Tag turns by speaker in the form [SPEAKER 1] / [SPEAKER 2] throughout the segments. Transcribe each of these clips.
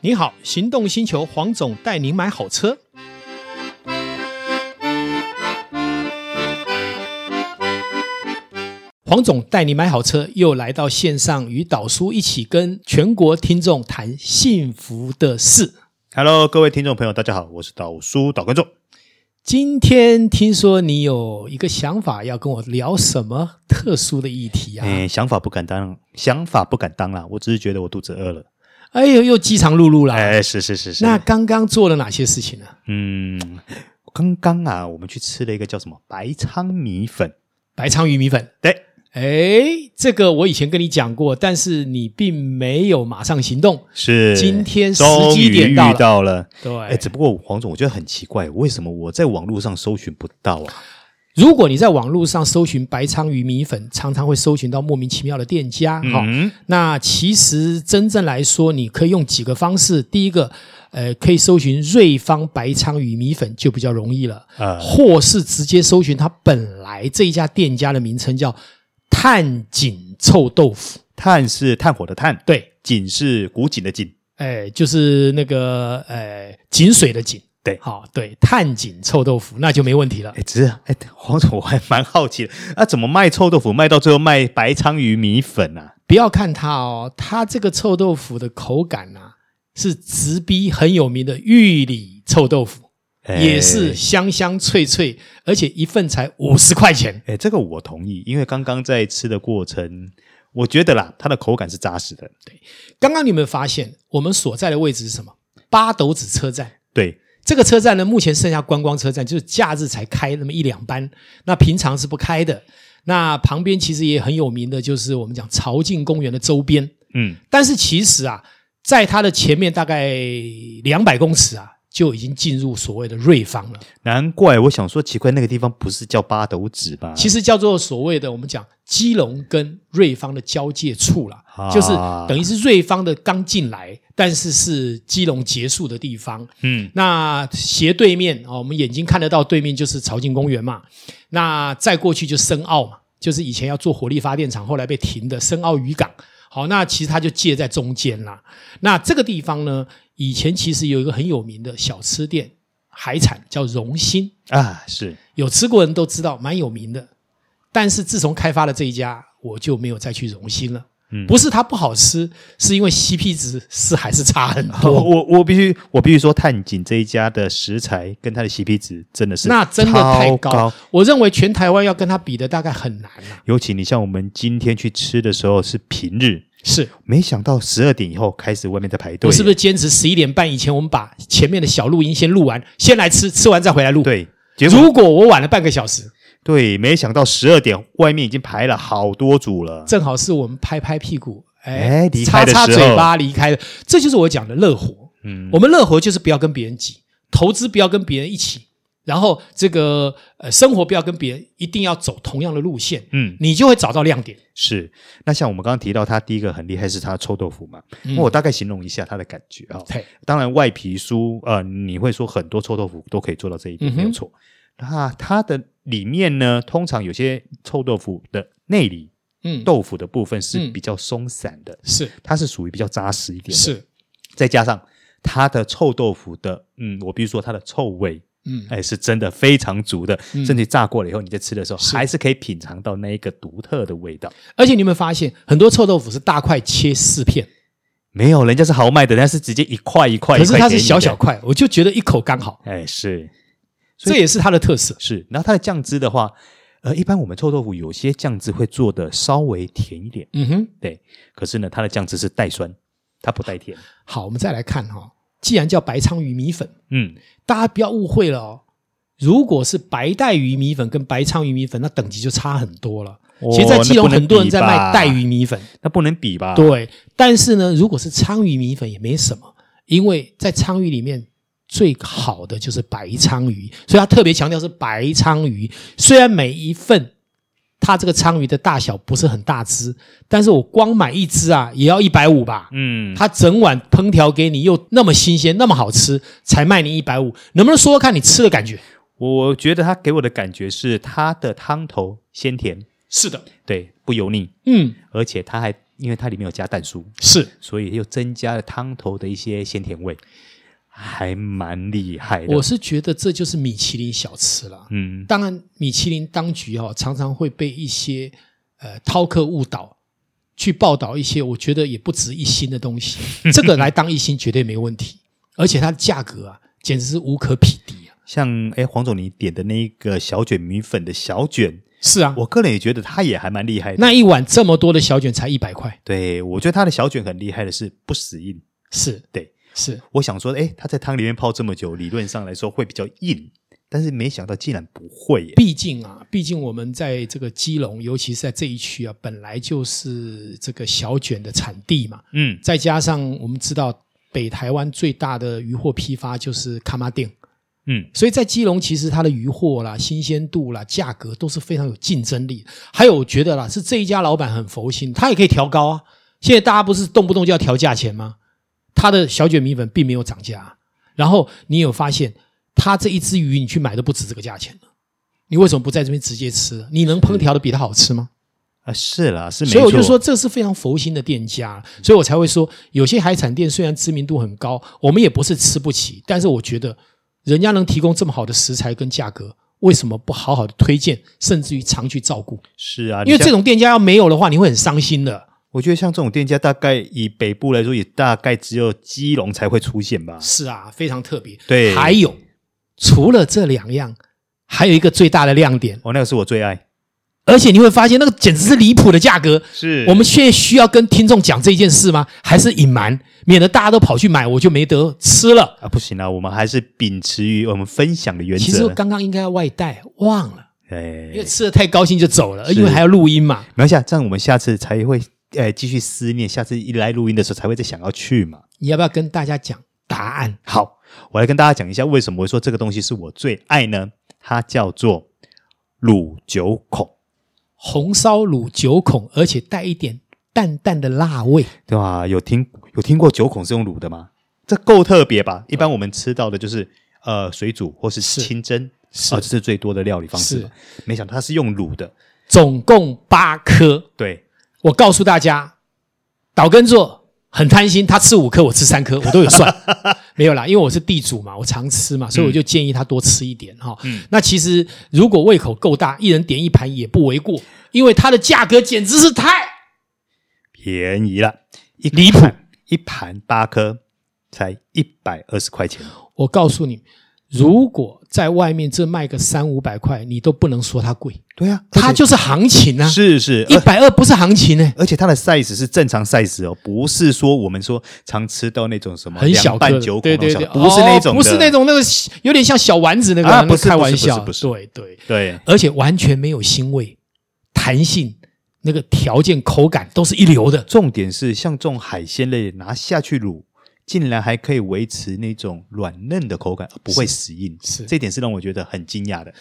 [SPEAKER 1] 你好，行动星球黄总带您买好车。黄总带你买好车，又来到线上与导叔一起跟全国听众谈幸福的事。
[SPEAKER 2] Hello，各位听众朋友，大家好，我是导叔导观众。
[SPEAKER 1] 今天听说你有一个想法要跟我聊什么特殊的议题啊？
[SPEAKER 2] 哎、想法不敢当，想法不敢当啦，我只是觉得我肚子饿了。
[SPEAKER 1] 哎呦，又饥肠辘辘啦。
[SPEAKER 2] 哎、是是是是。
[SPEAKER 1] 啊那刚刚做了哪些事情呢、
[SPEAKER 2] 嗯，刚刚啊，我们去吃了一个叫什么白仓米粉，
[SPEAKER 1] 白鲳鱼米粉。
[SPEAKER 2] 对，
[SPEAKER 1] 哎，这个我以前跟你讲过，但是你并没有马上行动。
[SPEAKER 2] 是
[SPEAKER 1] 今天时
[SPEAKER 2] 终
[SPEAKER 1] 机
[SPEAKER 2] 于
[SPEAKER 1] 点
[SPEAKER 2] 遇
[SPEAKER 1] 到了
[SPEAKER 2] 到了。
[SPEAKER 1] 对，
[SPEAKER 2] 哎、只不过黄总，我觉得很奇怪，为什么我在网络上搜寻不到啊？
[SPEAKER 1] 如果你在网络上搜寻白鲳鱼米粉，常常会搜寻到莫名其妙的店家。哈、
[SPEAKER 2] 嗯，
[SPEAKER 1] 那其实真正来说，你可以用几个方式。第一个，呃，可以搜寻瑞芳白鲳鱼米粉就比较容易了，
[SPEAKER 2] 呃，
[SPEAKER 1] 或是直接搜寻它本来这一家店家的名称叫炭井臭豆腐。
[SPEAKER 2] 炭是炭火的炭，
[SPEAKER 1] 对，
[SPEAKER 2] 井是古井的井。
[SPEAKER 1] 哎，就是那个呃井水的井。
[SPEAKER 2] 对
[SPEAKER 1] 好、对，炭井臭豆腐那就没问题了
[SPEAKER 2] 哎、。只是哎、黄总，我还蛮好奇的，啊，怎么卖臭豆腐卖到最后卖白鲳鱼米粉啊？
[SPEAKER 1] 不要看它哦，它这个臭豆腐的口感啊，是直逼很有名的玉里臭豆腐，
[SPEAKER 2] 哎
[SPEAKER 1] 也是香香脆脆，而且一份才五十块钱。
[SPEAKER 2] 哎，这个我同意，因为刚刚在吃的过程，我觉得啦，它的口感是扎实的。
[SPEAKER 1] 刚刚你有没有发现，我们所在的位置是什么？八斗子车站。
[SPEAKER 2] 对，
[SPEAKER 1] 这个车站呢，目前剩下观光车站，就是假日才开那么一两班，那平常是不开的。那旁边其实也很有名的，就是我们讲朝境公园的周边。
[SPEAKER 2] 嗯，
[SPEAKER 1] 但是其实啊，在它的前面大概两百公尺啊，就已经进入所谓的瑞芳了。
[SPEAKER 2] 难怪我想说奇怪，那个地方不是叫八斗子吧？
[SPEAKER 1] 其
[SPEAKER 2] 实
[SPEAKER 1] 实叫做所谓的我们讲基隆跟瑞芳的交界处啦，
[SPEAKER 2] 啊
[SPEAKER 1] 就是等于是瑞芳的刚进来，但是是基隆结束的地方。
[SPEAKER 2] 嗯，
[SPEAKER 1] 那斜对面哦，我们眼睛看得到对面就是朝境公园嘛，那再过去就深澳嘛，就是以前要做火力发电厂，后来被停的深澳渔港。好，那其实它就介在中间啦。那这个地方呢，以前其实有一个很有名的小吃店，海产叫荣兴，
[SPEAKER 2] 啊，是
[SPEAKER 1] 有吃过人都知道，蛮有名的。但是自从开发了这一家，我就没有再去荣兴了。
[SPEAKER 2] 嗯
[SPEAKER 1] 不是它不好吃，是因为 CP 值是还是差很
[SPEAKER 2] 我
[SPEAKER 1] 多。
[SPEAKER 2] 我我必须我必须说，探井这一家的食材跟它的 CP 值真的是
[SPEAKER 1] 那真的太
[SPEAKER 2] 超
[SPEAKER 1] 高，
[SPEAKER 2] 高，
[SPEAKER 1] 我认为全台湾要跟他比的大概很难了、
[SPEAKER 2] 尤其你像我们今天去吃的时候是平日，
[SPEAKER 1] 是
[SPEAKER 2] 没想到十二点以后开始外面在排队，
[SPEAKER 1] 我是不是坚持十一点半以前，我们把前面的小录音先录完，先来吃，吃完再回来录？，
[SPEAKER 2] 对，结果
[SPEAKER 1] 如果我晚了半个小时，
[SPEAKER 2] 对，没想到十二点外面已经排了好多组了。
[SPEAKER 1] 正好是我们拍拍屁股，
[SPEAKER 2] 哎离
[SPEAKER 1] 擦
[SPEAKER 2] 开的
[SPEAKER 1] 擦
[SPEAKER 2] 时
[SPEAKER 1] 嘴
[SPEAKER 2] 候
[SPEAKER 1] 巴离开的，这就是我讲的乐活。
[SPEAKER 2] 嗯，
[SPEAKER 1] 我们乐活就是不要跟别人挤，投资不要跟别人一起，然后这个呃生活不要跟别人，一定要走同样的路线，
[SPEAKER 2] 嗯，
[SPEAKER 1] 你就会找到亮点。
[SPEAKER 2] 是，那像我们刚刚提到，它第一个很厉害是它的臭豆腐嘛，那我大概形容一下它的感觉啊、
[SPEAKER 1] 嗯对，
[SPEAKER 2] 当然外皮酥，呃，你会说很多臭豆腐都可以做到这一点，没有
[SPEAKER 1] 嗯哼
[SPEAKER 2] 错。那它的里面呢，通常有些臭豆腐的内里
[SPEAKER 1] 嗯，
[SPEAKER 2] 豆腐的部分是
[SPEAKER 1] 嗯
[SPEAKER 2] 比较松散的，
[SPEAKER 1] 是
[SPEAKER 2] 它是属于比较扎实一点的。，
[SPEAKER 1] 是，
[SPEAKER 2] 再加上它的臭豆腐的，嗯，我比如说它的臭味，
[SPEAKER 1] 嗯，
[SPEAKER 2] 哎，是真的非常足的，
[SPEAKER 1] 嗯
[SPEAKER 2] 甚至炸过了以后，你在吃的时候
[SPEAKER 1] 是
[SPEAKER 2] 还是可以品尝到那一个独特的味道。
[SPEAKER 1] 而且你有没有发现，很多臭豆腐是大块切四片，
[SPEAKER 2] 没有，人家是豪迈的，人家是直接一块一块，
[SPEAKER 1] 可是
[SPEAKER 2] 一块
[SPEAKER 1] 它
[SPEAKER 2] 给
[SPEAKER 1] 是
[SPEAKER 2] 你的
[SPEAKER 1] 小小，块，我就觉得一口刚好，
[SPEAKER 2] 哎，是所
[SPEAKER 1] 这
[SPEAKER 2] 以
[SPEAKER 1] 也是它的特色。
[SPEAKER 2] 是。然后它的酱汁的话，呃，一般我们臭豆腐有些酱汁会做的稍微甜一点，
[SPEAKER 1] 嗯哼，
[SPEAKER 2] 对。可是呢，它的酱汁是带酸，它不带甜。
[SPEAKER 1] 好，我们再来看哈、既然叫白鲳鱼米粉，
[SPEAKER 2] 嗯，
[SPEAKER 1] 大家不要误会了哦。如果是白带鱼米粉跟白鲳鱼米粉，那等级就差很多了。
[SPEAKER 2] 哦
[SPEAKER 1] 其实，在基
[SPEAKER 2] 那
[SPEAKER 1] 隆
[SPEAKER 2] 不能
[SPEAKER 1] 很多人在
[SPEAKER 2] 比吧
[SPEAKER 1] 卖带鱼米粉，
[SPEAKER 2] 那不能比吧？
[SPEAKER 1] 对。但是呢，如果是鲳鱼米粉也没什么，因为在鲳鱼里面最好的就是白鲳鱼，所以他特别强调是白鲳鱼。虽然每一份它这个鲳鱼的大小不是很大只，但是我光买一只啊，也要一百五吧。
[SPEAKER 2] 嗯，
[SPEAKER 1] 它整碗烹调给你，又那么新鲜，那么好吃，才卖你一百五，能不能说说看你吃的感觉？
[SPEAKER 2] 我觉得它给我的感觉是它的汤头鲜甜，
[SPEAKER 1] 是的，
[SPEAKER 2] 对，不油腻，
[SPEAKER 1] 嗯，
[SPEAKER 2] 而且它还因为它里面有加蛋酥，
[SPEAKER 1] 是
[SPEAKER 2] 所以又增加了汤头的一些鲜甜味，还蛮厉害的。
[SPEAKER 1] 我是觉得这就是米其林小吃啦。
[SPEAKER 2] 嗯，
[SPEAKER 1] 当然，米其林当局哈、常常会被一些呃饕客误导，去报道一些我觉得也不值一星的东 西。这个来当一星绝对没问题，而且它的价格啊，简直是无可匹敌啊！
[SPEAKER 2] 像哎，黄总你点的那个小卷米粉的小卷，
[SPEAKER 1] 是啊，
[SPEAKER 2] 我个人也觉得它也还蛮厉害的。
[SPEAKER 1] 那一碗这么多的小卷才一百块，
[SPEAKER 2] 对我觉得它的小卷很厉害的是不死硬。
[SPEAKER 1] 是
[SPEAKER 2] 对
[SPEAKER 1] 是，
[SPEAKER 2] 我想说，哎，它在汤里面泡这么久，理论上来说会比较硬，但是没想到竟然不会耶。
[SPEAKER 1] 毕竟啊，毕竟我们在这个基隆，尤其是在这一区啊，本来就是这个小卷的产地嘛。
[SPEAKER 2] 嗯，
[SPEAKER 1] 再加上我们知道北台湾最大的渔货批发就是卡马店，
[SPEAKER 2] 嗯，
[SPEAKER 1] 所以在基隆其实它的渔货啦、新鲜度啦、价格都是非常有竞争力。还有我觉得啦，是这一家老板很佛心，他也可以调高啊。现在大家不是动不动就要调价钱吗？他的小卷米粉并没有涨价啊、然后你有发现，他这一只鱼你去买都不止这个价钱了。你为什么不在这边直接吃？你能烹调的比它好吃吗？
[SPEAKER 2] 啊，是啦，是没
[SPEAKER 1] 所以我就
[SPEAKER 2] 错
[SPEAKER 1] 说这是非常佛心的店家，所以我才会说有些海产店虽然知名度很高，我们也不是吃不起，但是我觉得人家能提供这么好的食材跟价格，为什么不好好的推荐，甚至于常去照顾？
[SPEAKER 2] 是啊，
[SPEAKER 1] 因为
[SPEAKER 2] 你像
[SPEAKER 1] 这种店家要没有的话，你会很伤心的。
[SPEAKER 2] 我觉得像这种店家，大概以北部来说，也大概只有基隆才会出现吧。
[SPEAKER 1] 是啊，非常特别。
[SPEAKER 2] 对
[SPEAKER 1] 还有除了这两样，还有一个最大的亮点，
[SPEAKER 2] 哦，那个是我最爱，
[SPEAKER 1] 而且你会发现那个简直是离谱的价格。
[SPEAKER 2] 是
[SPEAKER 1] 我们现在需要跟听众讲这件事吗？还是隐瞒，免得大家都跑去买，我就没得吃了？
[SPEAKER 2] 啊，不行啊，我们还是秉持于我们分享的原
[SPEAKER 1] 其实
[SPEAKER 2] 则
[SPEAKER 1] 我。刚刚应该要外带，忘了，
[SPEAKER 2] 哎
[SPEAKER 1] 因，为吃的太高兴就走了，因为还要录音嘛。
[SPEAKER 2] 没关系啊，这样我们下次才会呃继续思念，下次一来录音的时候才会再想要去嘛。
[SPEAKER 1] 你要不要跟大家讲答案？
[SPEAKER 2] 好，我来跟大家讲一下为什么我说这个东西是我最爱呢？它叫做卤九孔，
[SPEAKER 1] 红烧乳九孔，而且带一点淡淡的辣味。
[SPEAKER 2] 对吧？有听有听过九孔是用卤的吗？这够特别吧？一般我们吃到的就是呃水煮或是
[SPEAKER 1] 是
[SPEAKER 2] 清蒸，
[SPEAKER 1] 是
[SPEAKER 2] 啊，这是最多的料理方式吧。没想到它是用卤的，
[SPEAKER 1] 总共八颗。
[SPEAKER 2] 对，
[SPEAKER 1] 我告诉大家，岛根座很贪心，他吃五颗，我吃三颗，我都有 算。没有啦，因为我是地主嘛，我常吃嘛，所以我就建议他多吃一点哈、那其实如果胃口够大，一人点一盘也不为过，因为它的价格简直是太
[SPEAKER 2] 便宜了，一
[SPEAKER 1] 离谱
[SPEAKER 2] 盘一盘八颗才一百二十块钱，
[SPEAKER 1] 我告诉你，如果在外面这卖个三五百块，你都不能说它贵，
[SPEAKER 2] 对啊，
[SPEAKER 1] 它
[SPEAKER 2] 而且
[SPEAKER 1] 就是行情啊。
[SPEAKER 2] 是是
[SPEAKER 1] 一百二不是行情呢、
[SPEAKER 2] 而且它的 size 是正常 size 哦，不是说我们说常吃到那种什么
[SPEAKER 1] 很小
[SPEAKER 2] 凉拌
[SPEAKER 1] 个，
[SPEAKER 2] 哦九孔
[SPEAKER 1] 对对
[SPEAKER 2] 那
[SPEAKER 1] 对，
[SPEAKER 2] 种不是那种的、
[SPEAKER 1] 哦不是那种那个有点像小丸子那个，
[SPEAKER 2] 啊
[SPEAKER 1] 那个
[SPEAKER 2] 不是
[SPEAKER 1] 开玩笑，
[SPEAKER 2] 不是不
[SPEAKER 1] 对对，
[SPEAKER 2] 对
[SPEAKER 1] 而且完全没有腥味，弹性那个条件口感都是一流的，
[SPEAKER 2] 重点是像这种海鲜类拿下去卤，竟然还可以维持那种软嫩的口感，不会死硬，
[SPEAKER 1] 是
[SPEAKER 2] 这一点是让我觉得很惊讶的。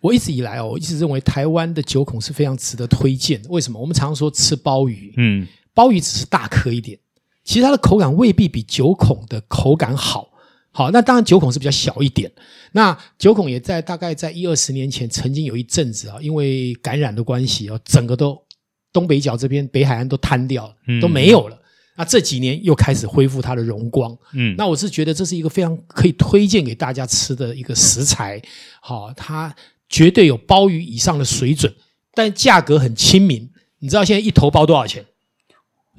[SPEAKER 1] 我一直以来哦，我一直认为台湾的九孔是非常值得推荐的。为什么？我们常说吃鲍鱼，
[SPEAKER 2] 嗯，
[SPEAKER 1] 鲍鱼只是大颗一点，其实它的口感未必比九孔的口感好。好，那当然九孔是比较小一点。那九孔也在大概在一二十年前，曾经有一阵子啊，因为感染的关系啊，整个都东北角这边北海岸都瘫掉了，
[SPEAKER 2] 嗯
[SPEAKER 1] 都没有了。那这几年又开始恢复它的荣光。
[SPEAKER 2] 嗯
[SPEAKER 1] 那我是觉得这是一个非常可以推荐给大家吃的一个食材，好、它绝对有鲍鱼以上的水准，但价格很亲民。你知道现在一头鲍多少钱？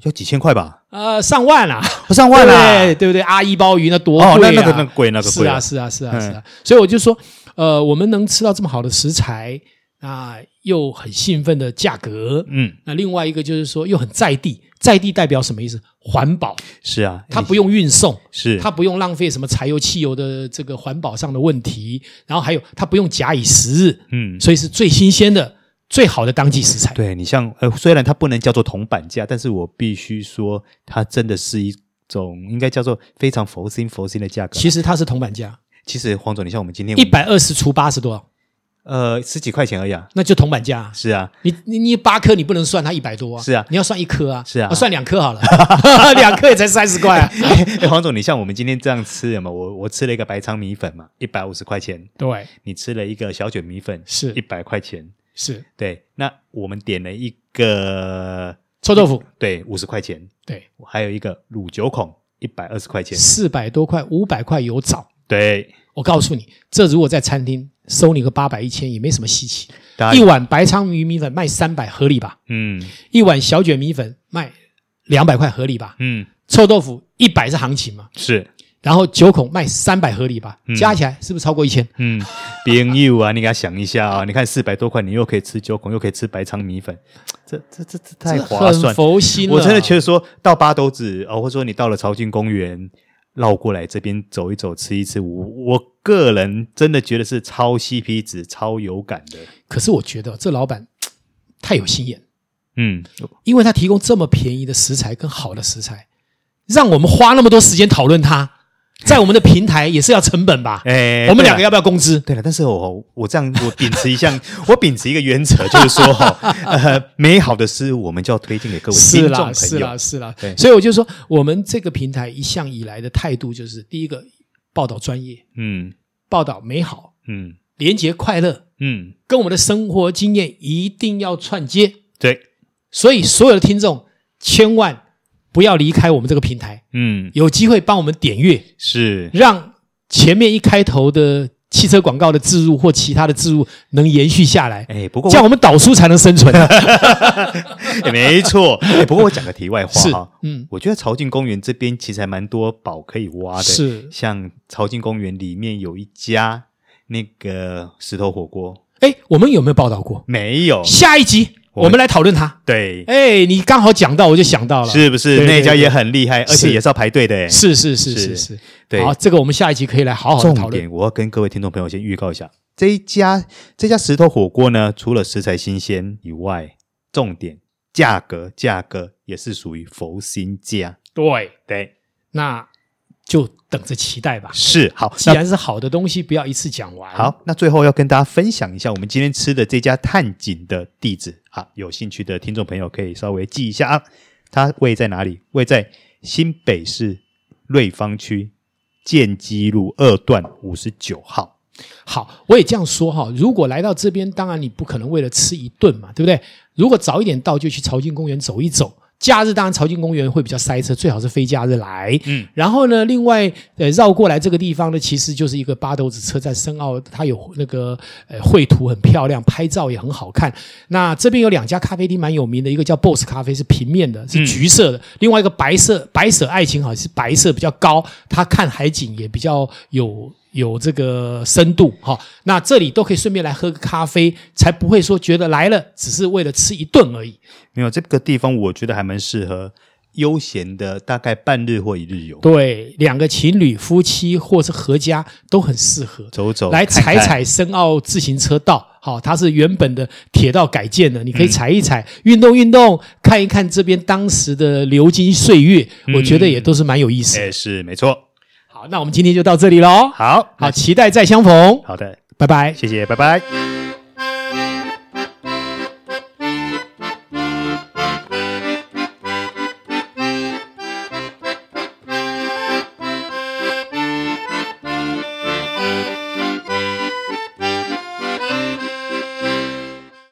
[SPEAKER 2] 要几千块吧，
[SPEAKER 1] 呃，上万啦、
[SPEAKER 2] 不上万
[SPEAKER 1] 对
[SPEAKER 2] 啦。
[SPEAKER 1] 对不对？阿一鲍鱼那多贵啊！
[SPEAKER 2] 哦，那那个那个贵，那个
[SPEAKER 1] 是
[SPEAKER 2] 贵
[SPEAKER 1] 啊，
[SPEAKER 2] 了。
[SPEAKER 1] 是啊，是啊，
[SPEAKER 2] 嗯
[SPEAKER 1] 是啊。所以我就说，呃，我们能吃到这么好的食材，那、又很兴奋的价格，
[SPEAKER 2] 嗯，
[SPEAKER 1] 那另外一个就是说又很在地，在地代表什么意思？环保，
[SPEAKER 2] 是啊，
[SPEAKER 1] 它
[SPEAKER 2] 你
[SPEAKER 1] 不用运送，
[SPEAKER 2] 是
[SPEAKER 1] 它不用浪费什么柴油、汽油的这个环保上的问题，然后还有它不用假以时日，
[SPEAKER 2] 嗯，
[SPEAKER 1] 所以是最新鲜的、最好的当季食材。
[SPEAKER 2] 对你像呃，虽然它不能叫做铜板价，但是我必须说，它真的是一种应该叫做非常佛心佛心的价格。
[SPEAKER 1] 其实它是铜板价，
[SPEAKER 2] 其实黄总，你像我们今天
[SPEAKER 1] 一百二十除八十多少？
[SPEAKER 2] 呃十几块钱而已啊。
[SPEAKER 1] 那就铜板价、啊。
[SPEAKER 2] 是啊，
[SPEAKER 1] 你你你八颗你不能算它一百多啊，
[SPEAKER 2] 是啊
[SPEAKER 1] 你要算一颗啊，
[SPEAKER 2] 是啊
[SPEAKER 1] 算两颗好 了，两颗也才三十块、啊，
[SPEAKER 2] 哎黄总，你像我们今天这样吃什么？我我吃了一个白仓米粉嘛，一百五十块钱。
[SPEAKER 1] 对，
[SPEAKER 2] 你吃了一个小卷米粉，
[SPEAKER 1] 是
[SPEAKER 2] 一百块钱。
[SPEAKER 1] 是
[SPEAKER 2] 对，那我们点了一个
[SPEAKER 1] 臭豆腐，
[SPEAKER 2] 对，五十块钱，
[SPEAKER 1] 对，
[SPEAKER 2] 还有一个卤九孔，一百二十块钱，
[SPEAKER 1] 四百多块、五百块有找。
[SPEAKER 2] 对，
[SPEAKER 1] 我告诉你，这如果在餐厅收你个八百、一千也没什么稀奇。
[SPEAKER 2] 大
[SPEAKER 1] 一
[SPEAKER 2] 家
[SPEAKER 1] 碗白鲳鱼米粉卖三百，合理吧？
[SPEAKER 2] 嗯
[SPEAKER 1] 一碗小卷米粉卖两百块，合理吧？
[SPEAKER 2] 嗯
[SPEAKER 1] 臭豆腐一百是行情嘛，
[SPEAKER 2] 是，
[SPEAKER 1] 然后九孔卖三百，合理吧？
[SPEAKER 2] 嗯
[SPEAKER 1] 加起来是不是超过一千？
[SPEAKER 2] 嗯，朋友啊，你给他想一下啊，你看四百多块，你又可以吃九孔，又可以吃白肠米粉，这这这这太划
[SPEAKER 1] 这很
[SPEAKER 2] 算。
[SPEAKER 1] 佛心了。啊
[SPEAKER 2] 我真的觉得说到八斗子哦，或者说你到了朝郡公园，绕过来这边走一走，吃一吃，我我个人真的觉得是超 CP 值、超有感的。
[SPEAKER 1] 可是我觉得这老板太有心眼，
[SPEAKER 2] 嗯，
[SPEAKER 1] 因为他提供这么便宜的食材跟好的食材，让我们花那么多时间讨论它，在我们的平台也是要成本吧？
[SPEAKER 2] 哎
[SPEAKER 1] 我们
[SPEAKER 2] 对啊
[SPEAKER 1] 两个要不要工资？
[SPEAKER 2] 对了，但是我我这样，我秉持一项， 我秉持一个原则，就是说 哈、呃，美好的事物我们就要推荐给各位听
[SPEAKER 1] 是啦，
[SPEAKER 2] 众朋友。
[SPEAKER 1] 是啦，是啦
[SPEAKER 2] 对。
[SPEAKER 1] 所以我就说，我们这个平台一向以来的态度就是：第一个，报道专业，
[SPEAKER 2] 嗯
[SPEAKER 1] 报道美好，
[SPEAKER 2] 嗯
[SPEAKER 1] 廉洁快乐，
[SPEAKER 2] 嗯，
[SPEAKER 1] 跟我们的生活经验一定要串接。
[SPEAKER 2] 对，
[SPEAKER 1] 所以，所有的听众千万不要离开我们这个平台，
[SPEAKER 2] 嗯
[SPEAKER 1] 有机会帮我们点阅，
[SPEAKER 2] 是，
[SPEAKER 1] 让前面一开头的汽车广告的植入或其他的植入能延续下来，
[SPEAKER 2] 哎，不过
[SPEAKER 1] 这样我们导叔才能生 存。
[SPEAKER 2] 哎没错， 哎，不过我讲个题外话
[SPEAKER 1] 是
[SPEAKER 2] 哈，，
[SPEAKER 1] 嗯，
[SPEAKER 2] 我觉得朝境公园这边其实还蛮多宝可以挖的，
[SPEAKER 1] 是
[SPEAKER 2] 像朝境公园里面有一家那个石头火锅，
[SPEAKER 1] 哎，我们有没有报道过？
[SPEAKER 2] 没有，
[SPEAKER 1] 下一集
[SPEAKER 2] 我
[SPEAKER 1] 我们来讨论它。
[SPEAKER 2] 对，
[SPEAKER 1] 哎，你刚好讲到，我就想到了。
[SPEAKER 2] 是不是
[SPEAKER 1] 对
[SPEAKER 2] 那
[SPEAKER 1] 对
[SPEAKER 2] 家
[SPEAKER 1] 对
[SPEAKER 2] 也很厉害，而且
[SPEAKER 1] 是
[SPEAKER 2] 也是要排队的，哎
[SPEAKER 1] 是是是是
[SPEAKER 2] 是
[SPEAKER 1] 是，
[SPEAKER 2] 对，
[SPEAKER 1] 好，这个我们下一集可以来好好的讨
[SPEAKER 2] 哦重
[SPEAKER 1] 论。
[SPEAKER 2] 点，我要跟各位听众朋友先预告一下，这一家这家石头火锅呢，除了食材新鲜以外，重点价格价格也是属于佛心价。
[SPEAKER 1] 对，
[SPEAKER 2] 对，
[SPEAKER 1] 那就等着期待吧。
[SPEAKER 2] 是好。
[SPEAKER 1] 既
[SPEAKER 2] 那
[SPEAKER 1] 然是好的东西，不要一次讲完。，
[SPEAKER 2] 好，那最后要跟大家分享一下我们今天吃的这家探井的地址啊，有兴趣的听众朋友可以稍微记一下啊。它位在哪里？位在新北市瑞芳区建基路二段五十九号。
[SPEAKER 1] 好，我也这样说哈。如果来到这边，当然你不可能为了吃一顿嘛，对不对？如果早一点到，就去朝境公园走一走。假日当然朝境公园会比较塞车，最好是非假日来。
[SPEAKER 2] 嗯，
[SPEAKER 1] 然后呢，另外呃绕过来这个地方呢，其实就是一个八斗子车站深澳，它有那个呃绘图很漂亮，拍照也很好看。那这边有两家咖啡厅蛮有名的，一个叫 Boss 咖啡是平面的，是橘色的；另外一个白色白色爱情好像是白色比较高，它看海景也比较有。有这个深度哈、那这里都可以顺便来喝个咖啡，才不会说觉得来了只是为了吃一顿而已。
[SPEAKER 2] 没有这个地方，我觉得还蛮适合悠闲的，大概半日或一日游，
[SPEAKER 1] 对，两个情侣、夫妻或是合家都很适合。
[SPEAKER 2] 走走
[SPEAKER 1] 来
[SPEAKER 2] 看
[SPEAKER 1] 踩
[SPEAKER 2] 看。
[SPEAKER 1] 踩深澳自行车道。好、它是原本的铁道改建的，你可以踩一
[SPEAKER 2] 嗯
[SPEAKER 1] 踩，运动运动，看一看这边当时的流金岁月，我觉得也都是蛮有意思的。
[SPEAKER 2] 嗯哎，是没错。
[SPEAKER 1] 好，那我们今天就到这里喽。
[SPEAKER 2] 好，
[SPEAKER 1] 好，期待再相逢，
[SPEAKER 2] 好的，
[SPEAKER 1] 拜拜。
[SPEAKER 2] 谢谢，拜拜。